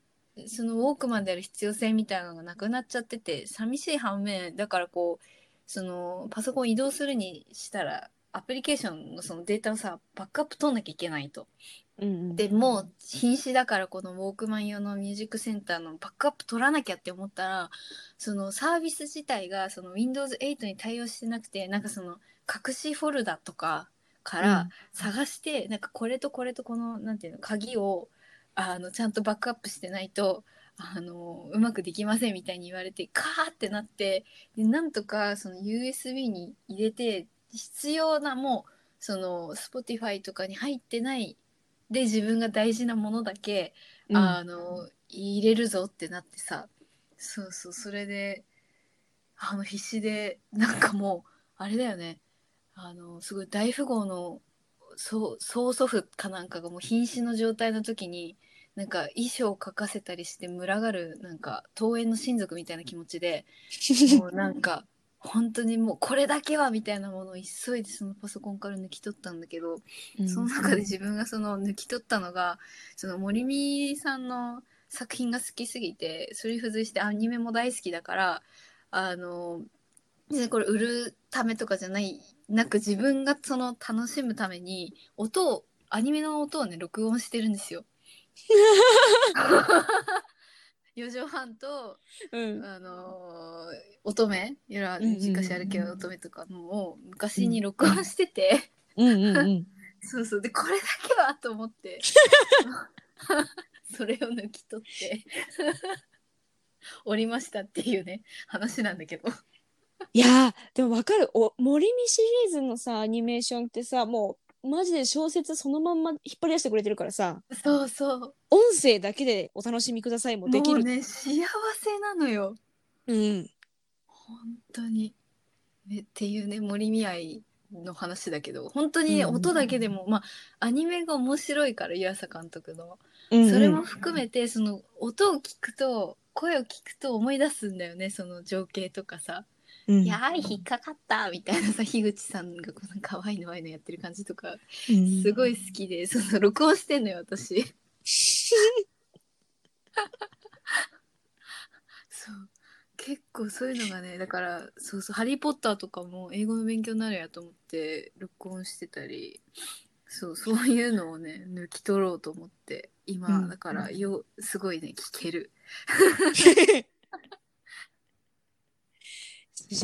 A: そのウォークマンである必要性みたいなのがなくなっちゃってて寂しい反面だからこうそのパソコン移動するにしたらアプリケーションのそのデータをさバックアップ取んなきゃいけないと。
B: うんうん
A: でもう瀕死だからこのウォークマン用のミュージックセンターのバックアップ取らなきゃって思ったらそのサービス自体がその Windows8 に対応してなくてなんかその隠しフォルダとかから探して、なんかこれとこれとこのなんていうの鍵をあのちゃんとバックアップしてないとあのうまくできませんみたいに言われてカーってなってでなんとかその USB に入れて必要なもうその Spotify とかに入ってないで自分が大事なものだけ、
B: うん
A: あの入れるぞってなってさそうそうそれであの必死でなんかもうあれだよねあのすごい大富豪のそう曽祖父かなんかがもう瀕死の状態の時になんか衣装を書か
B: (laughs)
A: せたりして群がるなんか遠縁の親族みたいな気持ちでもうなんか本当にもうこれだけはみたいなものを急いでそのパソコンから抜き取ったんだけど、その中で自分がその抜き取ったのがその森美さんの作品が好きすぎてそれに付随してアニメも大好きだからあの別にこれ売るためとかじゃないなく自分がその楽しむために音をアニメの音をね録音してるんです
B: (laughs)
A: よ。4畳半と
B: うん。
A: あのー乙女いや昔あるけ
B: うん
A: ど
B: うんうん
A: 乙女とかのを昔に録音してて、
B: うんうんうん。
A: そうそうでこれだけはと思って (laughs) それを抜き取って (laughs) おりましたっていうね話なんだけど
B: いやーでもわかるお森見シリーズのさアニメーションってさもうマジで小説そのまんま引っ張り出してくれてるからさ
A: そうそう
B: 音声だけでお楽しみくださいもでき
A: もう
B: る、
A: ね幸せなのよ
B: うん
A: 本当に、ね、っていうね森見愛の話だけど本当にね、
B: うんうん
A: 音だけでもまあアニメが面白いから湯浅監督の
B: うんうん
A: それも含めてその音を聞くと声を聞くと思い出すんだよねその情景とかさ
B: う
A: 「
B: ん
A: いやー引っかかった」みたいなさ樋口さんがこの可愛いの愛のやってる感じとか
B: うん
A: すごい好きでその録音してんのよ
B: (laughs)
A: 私そう結構そういうのがねだからそうそう「ハリー・ポッター」とかも英語の勉強になるやと思って録音してたりそうそういうのをね抜き取ろうと思って今、
B: うん
A: だからよすごいね聞ける
B: (laughs)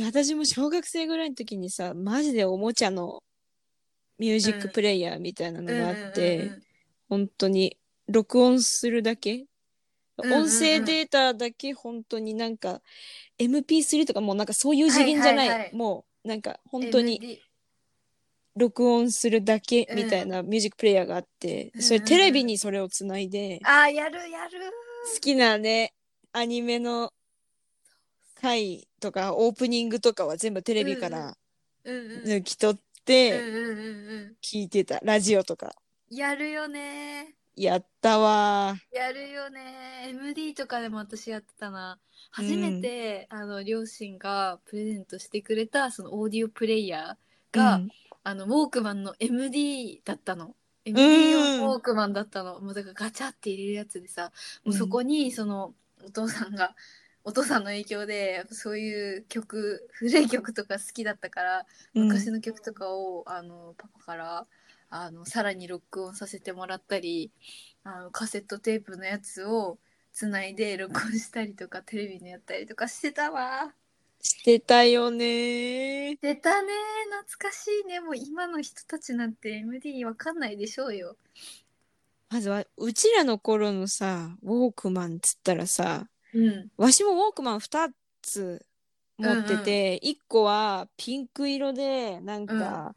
B: 私も小学生ぐらいの時にさマジでおもちゃのミュージックプレイヤーみたいなのがあって、
A: うんうんうんうん
B: 本当に録音するだけ、
A: うんうんうん
B: 音声データだけ本当になんか MP3 とかもうなんかそういう次元じゃない,、
A: はいはいはい
B: もうなんか本当に
A: MD
B: 録音するだけみたいなミュージックプレイヤーがあって、
A: うん
B: それテレビにそれをつないで、
A: あーやるやる
B: 好きなねアニメの回とかオープニングとかは全部テレビか
A: うん
B: ら
A: うんうん
B: 抜き取
A: う
B: っ
A: ん
B: て
A: うんうんう
B: 聞いてた、ラジオとか
A: んやるよね
B: やったわ
A: やるよね MD とかでも私やってたな初めて、あの両親がプレゼントしてくれたそのオーディオプレイヤー
B: ー
A: が、
B: うん
A: あのウォークマンの MD だったの MD
B: うん
A: のウォークマンだったの、もうだからガチャって入れるやつでさもうそこにそのお父さんがお父さんの影響でそういう曲古い曲とか好きだったから
B: うん
A: 昔の曲とかを、あのパパからあのさらに録音させてもらったりあのカセットテープのやつをつないで録音したりとかテレビのやったりとかしてたわ
B: してたよね
A: 出たね懐かしいねもう今の人たちなんて MD わかんないでしょうよ
B: まずはうちらの頃のさウォークマンっつったらさ
A: うん
B: わしもウォークマン2つ持ってて、1個はピンク色でなんか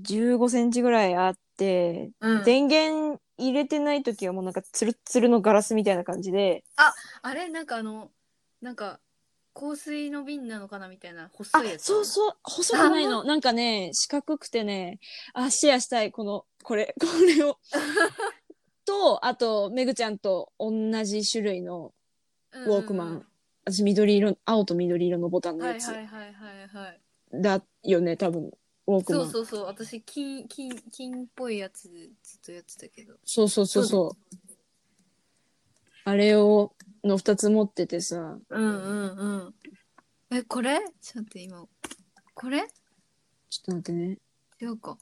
B: 15センチぐらいあって、
A: うん
B: 電源入れてない時はもうなんかツルッツルのガラスみたいな感じで
A: あれなんかあのなんか香水の瓶なのかなみたいな
B: あ
A: 細いやつ
B: そうそう細くないのなんかね四角くてねあシェアしたいこのこれこれ (laughs) をとあとめぐちゃんと同じ種類の
A: うん
B: ウォークマン私緑色青と緑色のボタンの
A: はいはい
B: やつ
A: はいはいはい
B: だよね、多分ウォーク
A: そ
B: マ
A: う
B: ン
A: そうそう私金金金っぽいやつずっとやってたけど
B: そうそうそうそうあれをの2つ持っててさ
A: うんうんうんえこれちょっと待って今これ
B: ちょっと待ってね
A: 違うか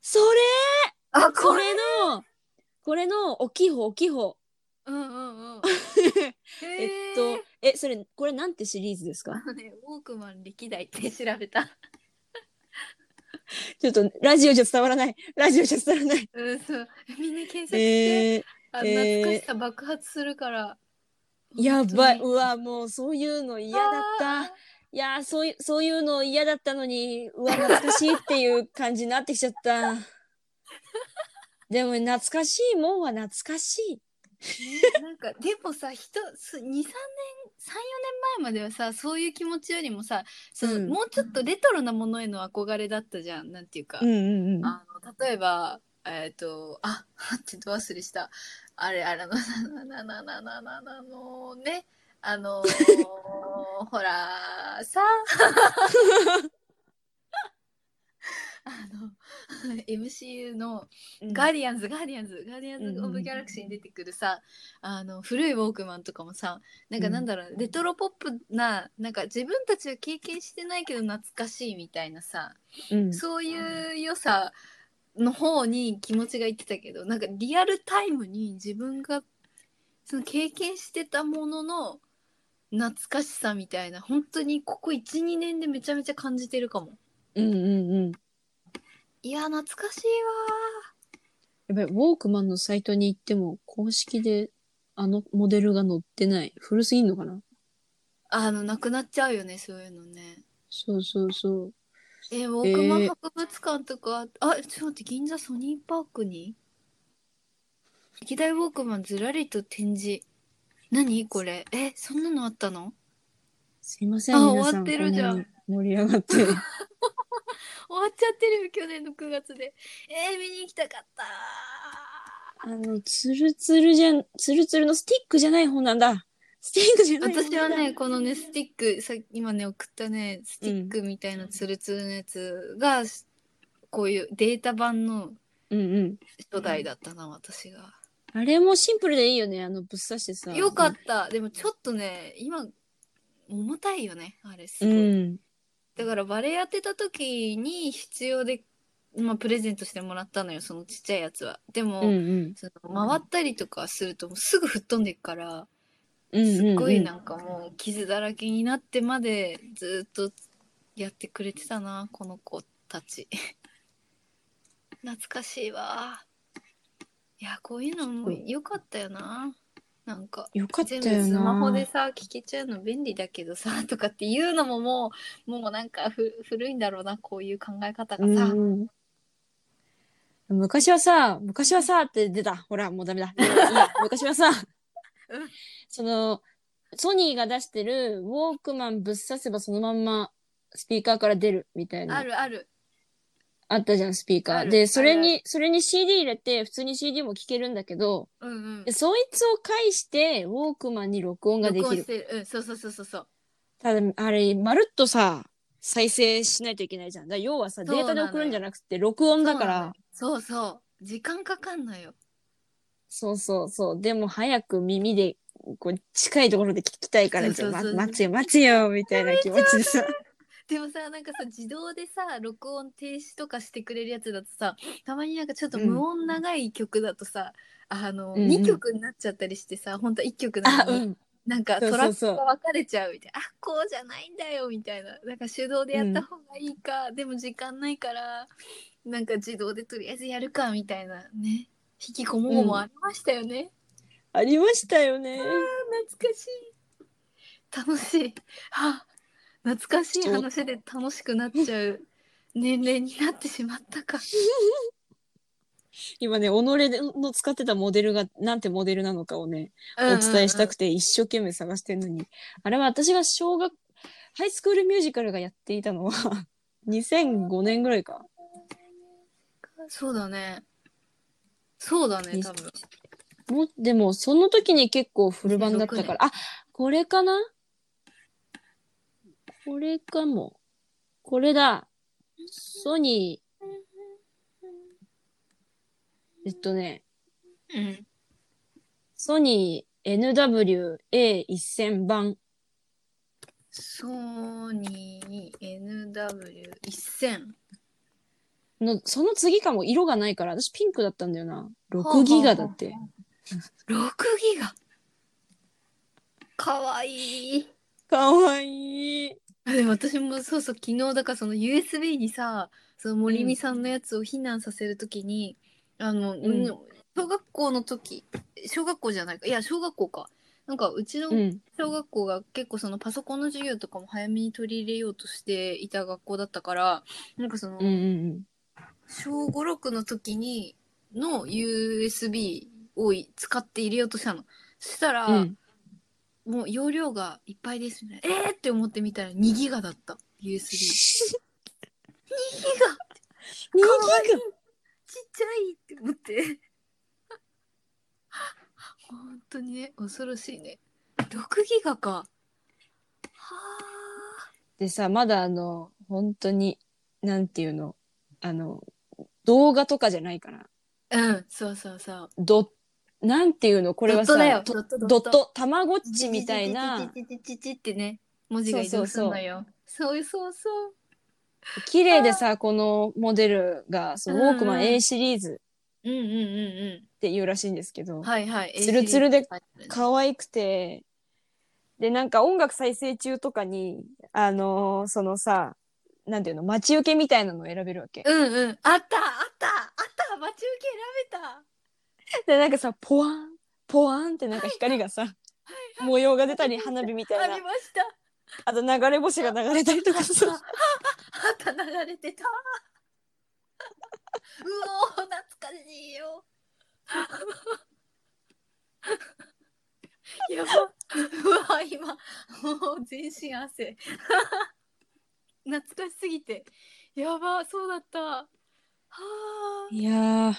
B: それ
A: あ
B: これのこれの大きい方大きい方
A: うんうんうん
B: えっ
A: (laughs) え
B: とえそれこれなんてシリーズですか
A: あのねウォークマン歴代って調べた
B: ちょっとラジオじゃ伝わらないラジオじゃ伝わらない
A: うんそうみんな検索して、
B: えー、
A: あ
B: え
A: 懐か
B: ー
A: しさ爆発するから、
B: やばいう
A: 本
B: わもうそういうの
A: 当に
B: 嫌だった
A: あ
B: いやーそういそういうの嫌だったのにうわ懐かしいっていう感じになってきちゃった (laughs) でも懐かしいもんは懐かしい
A: ーなんかでもさ人す23年34年前まではさそういう気持ちよりもさその、
B: うん
A: もうちょっとレトロなものへの憧れだったじゃんなんていうか、
B: んうんうん
A: あの例えばえっ、とあっちょっと忘れしたあれあれあのなななななななのねあのーほらさあの MCU の「ガーディアンズガーディアンズガーディアンズ・オブ・ギャラクシー」に出てくるさ、あの古いウォークマンとかもさなんかなんだろう、レトロポップななんか自分たちは経験してないけど懐かしいみたいなさ、
B: うん
A: そういう良さの方に気持ちがいってたけどなんかリアルタイムに自分がその経験してたものの懐かしさみたいな本当にここ12年でめちゃめちゃ感じてるかも
B: うんうんうん。
A: いや懐かしい
B: やっぱりウォークマンのサイトに行っても公式であのモデルが載ってない。古すぎんのかな
A: わーあのなくなっちゃうよねそういうのね
B: そうそうそう。
A: えウォークマン博物館とか、あちょっと待って銀座ソニーパークに歴代ウォークマンずらりと展示何これえそんなのあったの
B: すいません。
A: あ
B: 皆
A: 終
B: さ
A: わ
B: ん
A: ってるじゃん
B: こなに盛り上が (laughs) って。
A: 終わっちゃってるよ去年の9月でえー、見に行きたかった
B: あの、ツルツルじゃん、ツルツルのスティックじゃない方なんだ。スティックじゃない方なん
A: 私
B: だ
A: はね、このねスティックさ今ね送ったねスティックみたいなツルツルのやつが、こういうデータ版の
B: うんうん。
A: 初代だったな、私が
B: あれもシンプルでいいよね。あの、ぶっ刺してさ。
A: よかったでもちょっとね今重たいよねあれす
B: う
A: ごい、
B: ん。
A: だからバレエやってた時に必要で、まあ、プレゼントしてもらったのよそのちっちゃいやつはでも、
B: うんうん。
A: その回ったりとかするともうすぐ吹っ飛んでいくから、
B: うんうん
A: すっごいな
B: うん
A: かもう傷だらけになってまでずっとやってくれてたなこの子たち (laughs) 懐かしいわいやこういうのも良かったよななんか
B: ん。よかった
A: 全
B: よ
A: 部
B: な。
A: スマホでさ聞けちゃうの便利だけどさ (laughs) とかっていうのももうもうなんかふ古いんだろうなこういう考え方がさ、
B: うんうん昔はさ、昔はさって出た。ほら、もうダメだ。
A: (laughs)
B: いや昔はさ、その、ソニーが出してるウォークマンぶっ刺せばそのまんまスピーカーから出るみたい
A: あ
B: な。
A: るある
B: あったじゃん、スピーカ
A: あ
B: ー。
A: る
B: で、それ
A: ある
B: に、それに CD 入れて、普通に CD も聴けるんだけど、
A: うんうん
B: でそいつを介して、ウォークマンに録音がで
A: 録
B: き
A: 音し
B: る。
A: てる、うん、そうそうそうそうそう
B: ただ、あれ、まるっとさ、再生しないといけないじゃん。だから要はさ、デ
A: そうなの
B: ー
A: よ
B: タで送るんじゃなくて、録音だから。
A: そうそう時間かかんのよ
B: そうそうそう。でも早く耳で、こう、近いところで聞きたいから、
A: そうそうそう
B: ちょま待ちよ、待ちよ、みたいな気持ちでさ。
A: でもさなんかさ自動でさ録音停止とかしてくれるやつだとさたまになんかちょっと無音長い曲だとさ、あの、
B: うんうん
A: 二2曲になっちゃったりしてさ本当は1曲な
B: あ、
A: の
B: う
A: に、
B: ん。
A: なんか
B: そ
A: ト
B: うそ
A: ラッ
B: う
A: ク
B: そう
A: が分かれちゃうみたいなあこうじゃないんだよみたいななんか手動でやった方がいいか、でも時間ないからなんか自動でとりあえずやるかみたいなね引きこもごもありましたよね、
B: ありましたよね。
A: 懐かしい楽しいはあ懐かしい話で楽しくなっちゃう年齢になってしまったか
B: 今ね、己の使ってたモデルが、なんてモデルなのかをね、お伝えしたくて一生懸命探してるのに、あれは私が小学、ハイスクールミュージカルがやっていたのは、2005年ぐらいか。
A: うんうんそうだねそうだね
B: に
A: 多分
B: もう、でも、その時に結構フル版だったから、あ、これかなこれかも。これだ。ソニー、えっとね、
A: うん
B: ソニー NWA1000 版。
A: ソニー NW1000
B: の、その次かも色がないから、私ピンクだったんだよな。
A: ほう
B: 6ギガだって。
A: 6ギガかわいい
B: かわいい。
A: あでも私もそうそう昨日だからその USB にさその森美さんのやつを避難させるときに、あの、
B: ん
A: 小学校の時小学校じゃないかいや小学校かなんかうちの
B: うん。
A: 小学校が結構そのパソコンの授業とかも早めに取り入れようとしていた学校だったからなんかその
B: うんうん
A: 小56の時にの USB をい使って入れようとしたの。そしたら、
B: うん。うん。
A: もう容量がいっぱいですね。えーって思ってみたら2ギガだった。USB。2ギガ
B: 2ギ
A: か
B: ガ
A: わいいちっちゃいって思って。本当にね、恐ろしいね。ギガか。は
B: でさ、まだあの、本当に、なんていうの、あの、動画とかじゃないから、
A: あ。うん、そうそうそう。
B: ドなんていうの、これはさ、
A: ドットだよ
B: と
A: ドットドッ
B: ド
A: ト
B: ット、たまごっちみたいな、
A: チチチチチチチチってね、文字が移動するのよ。そうそうそう。
B: 綺麗でさ、このモデルが、そのウォークマ
A: うん
B: ン
A: うん
B: A シリーズ
A: うんうんうん
B: っていうらしいんですけど、
A: うん。はいはい。
B: ツルツルで
A: ACD
B: 可愛くて、で、なんか音楽再生中とかに、あのーそのさ、なんていうの、待ち受けみたいなのを選べるわけ。
A: うんうん。あったあったあった待ち受け選べた
B: で、なんかさ、ポワン、ポワンってなんか光がさ、模様が出たり、花火みた
A: あ
B: いな
A: り、ました。
B: あと流れ星が流れたりとかさ、
A: あった流れてた。うおー懐かしいよ。やば。うわ今もう全身汗。懐かしすぎて。やばそうだった。はあ。
B: いやー、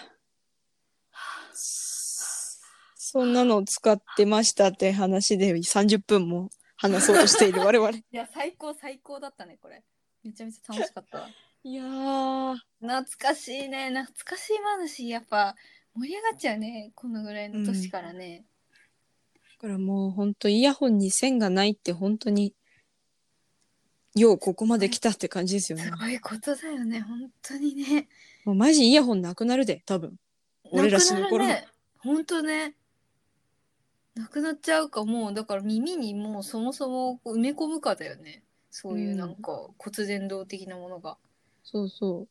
B: そんなのを使ってましたって話で30分も話そうとしてい (laughs) る我々。
A: いや最高最高だったねこれ。めちゃめちゃ楽しかったわ。
B: いやー、
A: 懐かしいね懐かしい話やっぱ盛り上がっちゃうねこのぐらいの年からね。
B: だからもう本当イヤホンに線がないって本当に、ようここまで来たって感じですよね
A: す。ごいことだよね本当にね。
B: もうマジイヤホンなくなるで、多分。俺ら死ぬ頃
A: なくなるね本当ねなくなっちゃうかもうだから耳にもうそもそもこう埋め込むかだよねそういううんなんか骨伝導的なものが、
B: そうそう。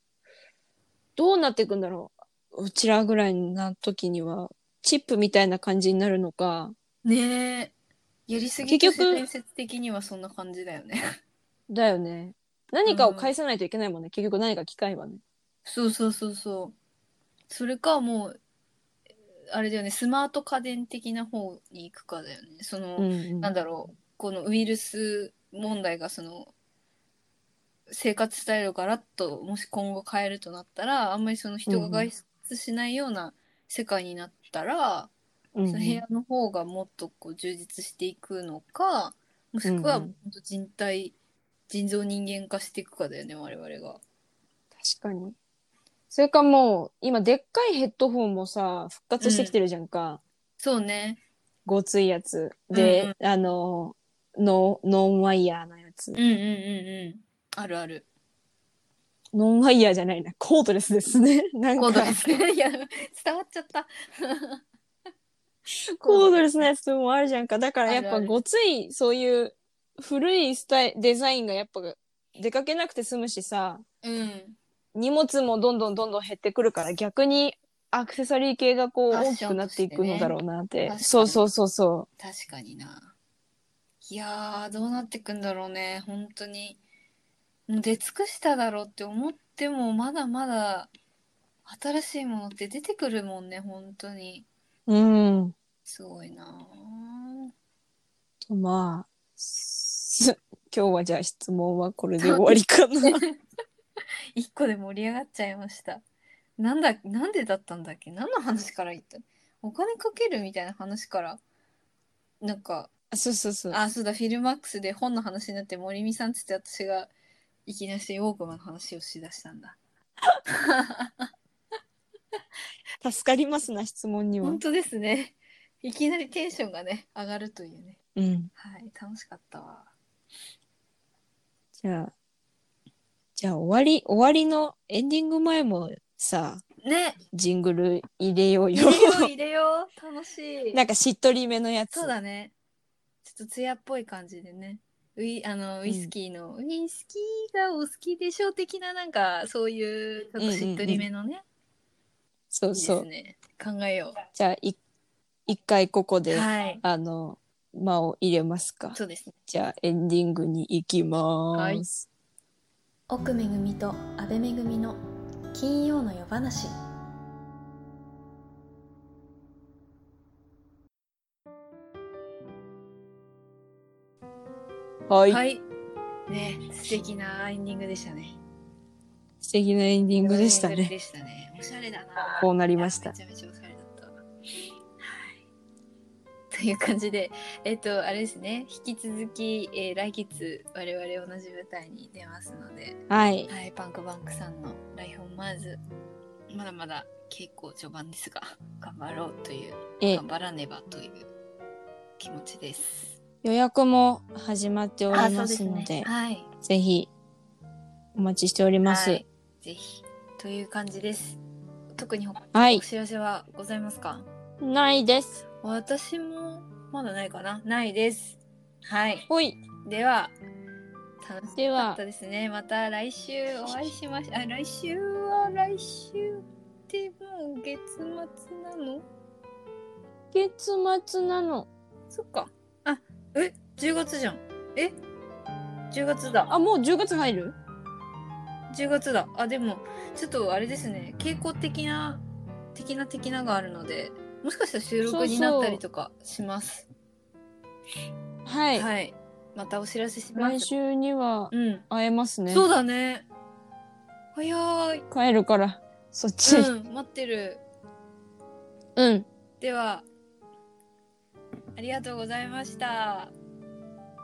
B: どうなっていくんだろううちらぐらいな時には、チップみたいな感じになるのか、
A: ねえやりすぎと
B: 結局
A: 伝説的にはそんな感じだよね (laughs)
B: だよね。何かを返さないといけないもんね。結局何か機械はね。
A: そうそうそうそうそれかもうあれだよねスマート家電的な方に行くかだよねその、
B: うんうん
A: なんだろうこのウイルス問題がその生活スタイルをガラッともし今後変えるとなったらあんまりその人が外出しないような世界になったら、
B: うんうん
A: その部屋の方がもっとこう充実していくのかもしくは
B: うんう
A: 本
B: ん
A: 当人体、人造人間化していくかだよね我々が。
B: 確かに。それかもう、今でっかいヘッドホンもさ、復活してきてるじゃんか。
A: そうね。
B: ごついやつ。で、
A: うん
B: あの、ノンノンワイヤーのやつ
A: うん。うんうんうん。あるある。
B: ノンワイヤーじゃないな。コードレスですね。なん
A: コー
B: か
A: ド、ですね。 (laughs) いや伝わっちゃった。
B: コードレスのやつもあるじゃんか。だからやっ
A: ある
B: ぱ
A: ある
B: ごつい、そういう古いスタイデザインがやっぱ出かけなくて済むしさ、
A: うん。
B: 荷物もどんどんどんどん減ってくるから逆にアクセサリー系がこう
A: ファッ
B: 大
A: シ
B: き
A: ョ
B: く
A: ン
B: な
A: と
B: って
A: してね
B: いくのだろうなって。
A: 確かに
B: そうそうそうそ
A: 確かにないやーどうなってくんだろうね本当にもう出尽くしただろうって思ってもまだまだ新しいものって出てくるもんね本当に
B: う。うん。
A: すごいな
B: まあ、す今日はじゃあ質問はこれで終わ
A: (laughs)
B: りかな。
A: ー一個で盛り上がっちゃいましたなんだなんでだったんだっけ何の話から言ったお金かけるみたいな話からなんか
B: そうそうそう。
A: あそうだフィルマックスで本の話になって森美さんっつって私がいきなしウォークマンの話をしだしたん
B: (laughs)
A: だ
B: 助かりますな、質問には
A: 本。当ですね。いきなりテンションがね、上がるというね。
B: うん。
A: はい、楽しかったわ。
B: じゃあ、じゃあ終わり、終わりのエンディング前もさ、
A: ね、
B: ジングル入れよう
A: 入れよ
B: よ。
A: う、入れよう、楽しい。
B: なんかしっとりめのやつ。
A: そうだね。ちょっと艶っぽい感じでね。ウイあのウイスキーの、ウイスキーがお好きでしょ的ななんかそういうちょっとしっとりめのね、
B: そ
A: いういで
B: そ
A: す
B: う
A: ね考えよ
B: じゃあ、い一回ここ
A: う
B: で、
A: はい
B: あの、間を入れますか。
A: そうですね
B: じゃあ、エンディングに行きます。
C: 奥めぐみと安倍めぐみの金曜の夜話
B: はい。
A: はいね素敵なエンディングでしたね
B: 素敵なエンディングでした
A: エンディング
B: ね。
A: でしたねおしゃれだな
B: こうなりました
A: め。ちゃめちゃおしゃれだったわ。はい。という感じで、えっと、あれですね、引き続き、えー来月、我々同じ舞台に出ますので、
B: はい。
A: はい、パンクバンクさんのライフオンマーズ、まだまだ稽古序盤ですが、頑張ろうという、
B: え
A: 頑張らねばという気持ちです。
B: 予約も始まってお
C: あ
B: り
C: そう
B: ま
C: です
B: す
C: ね
B: ので、
A: はい、
B: ぜひお待ちしております。
A: はいぜひ。という感じです。特にほ
B: はい
A: お知らせはございますか
B: ないです。
A: 私もまだないかなないです。はい。
B: ほい。
A: では、楽し
B: で
A: か
B: は
A: った、ですね。また来週お会いしましょう。あ、来週は来週ってもう月末なの
B: 月末なの。
A: そっか。あ、え、10月じゃん。え ?10 月だ。
B: あ、もう10月入る
A: 10月だ。あ、でも、ちょっとあれですね。傾向的な、的な的ながあるので、もしかしたら収
B: そうそ
A: 録
B: う
A: になったりとかします。
B: はい。
A: はい。またお知らせします。
B: 来週には
A: うん。
B: 会えますね。
A: そうだね。
B: (laughs)
A: 早い。
B: 帰るから、そっち。
A: うん、待ってる。
B: うん。
A: では、ありがとうございました。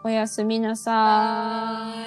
B: おやすみなさ
A: はー
B: ーい。
A: い。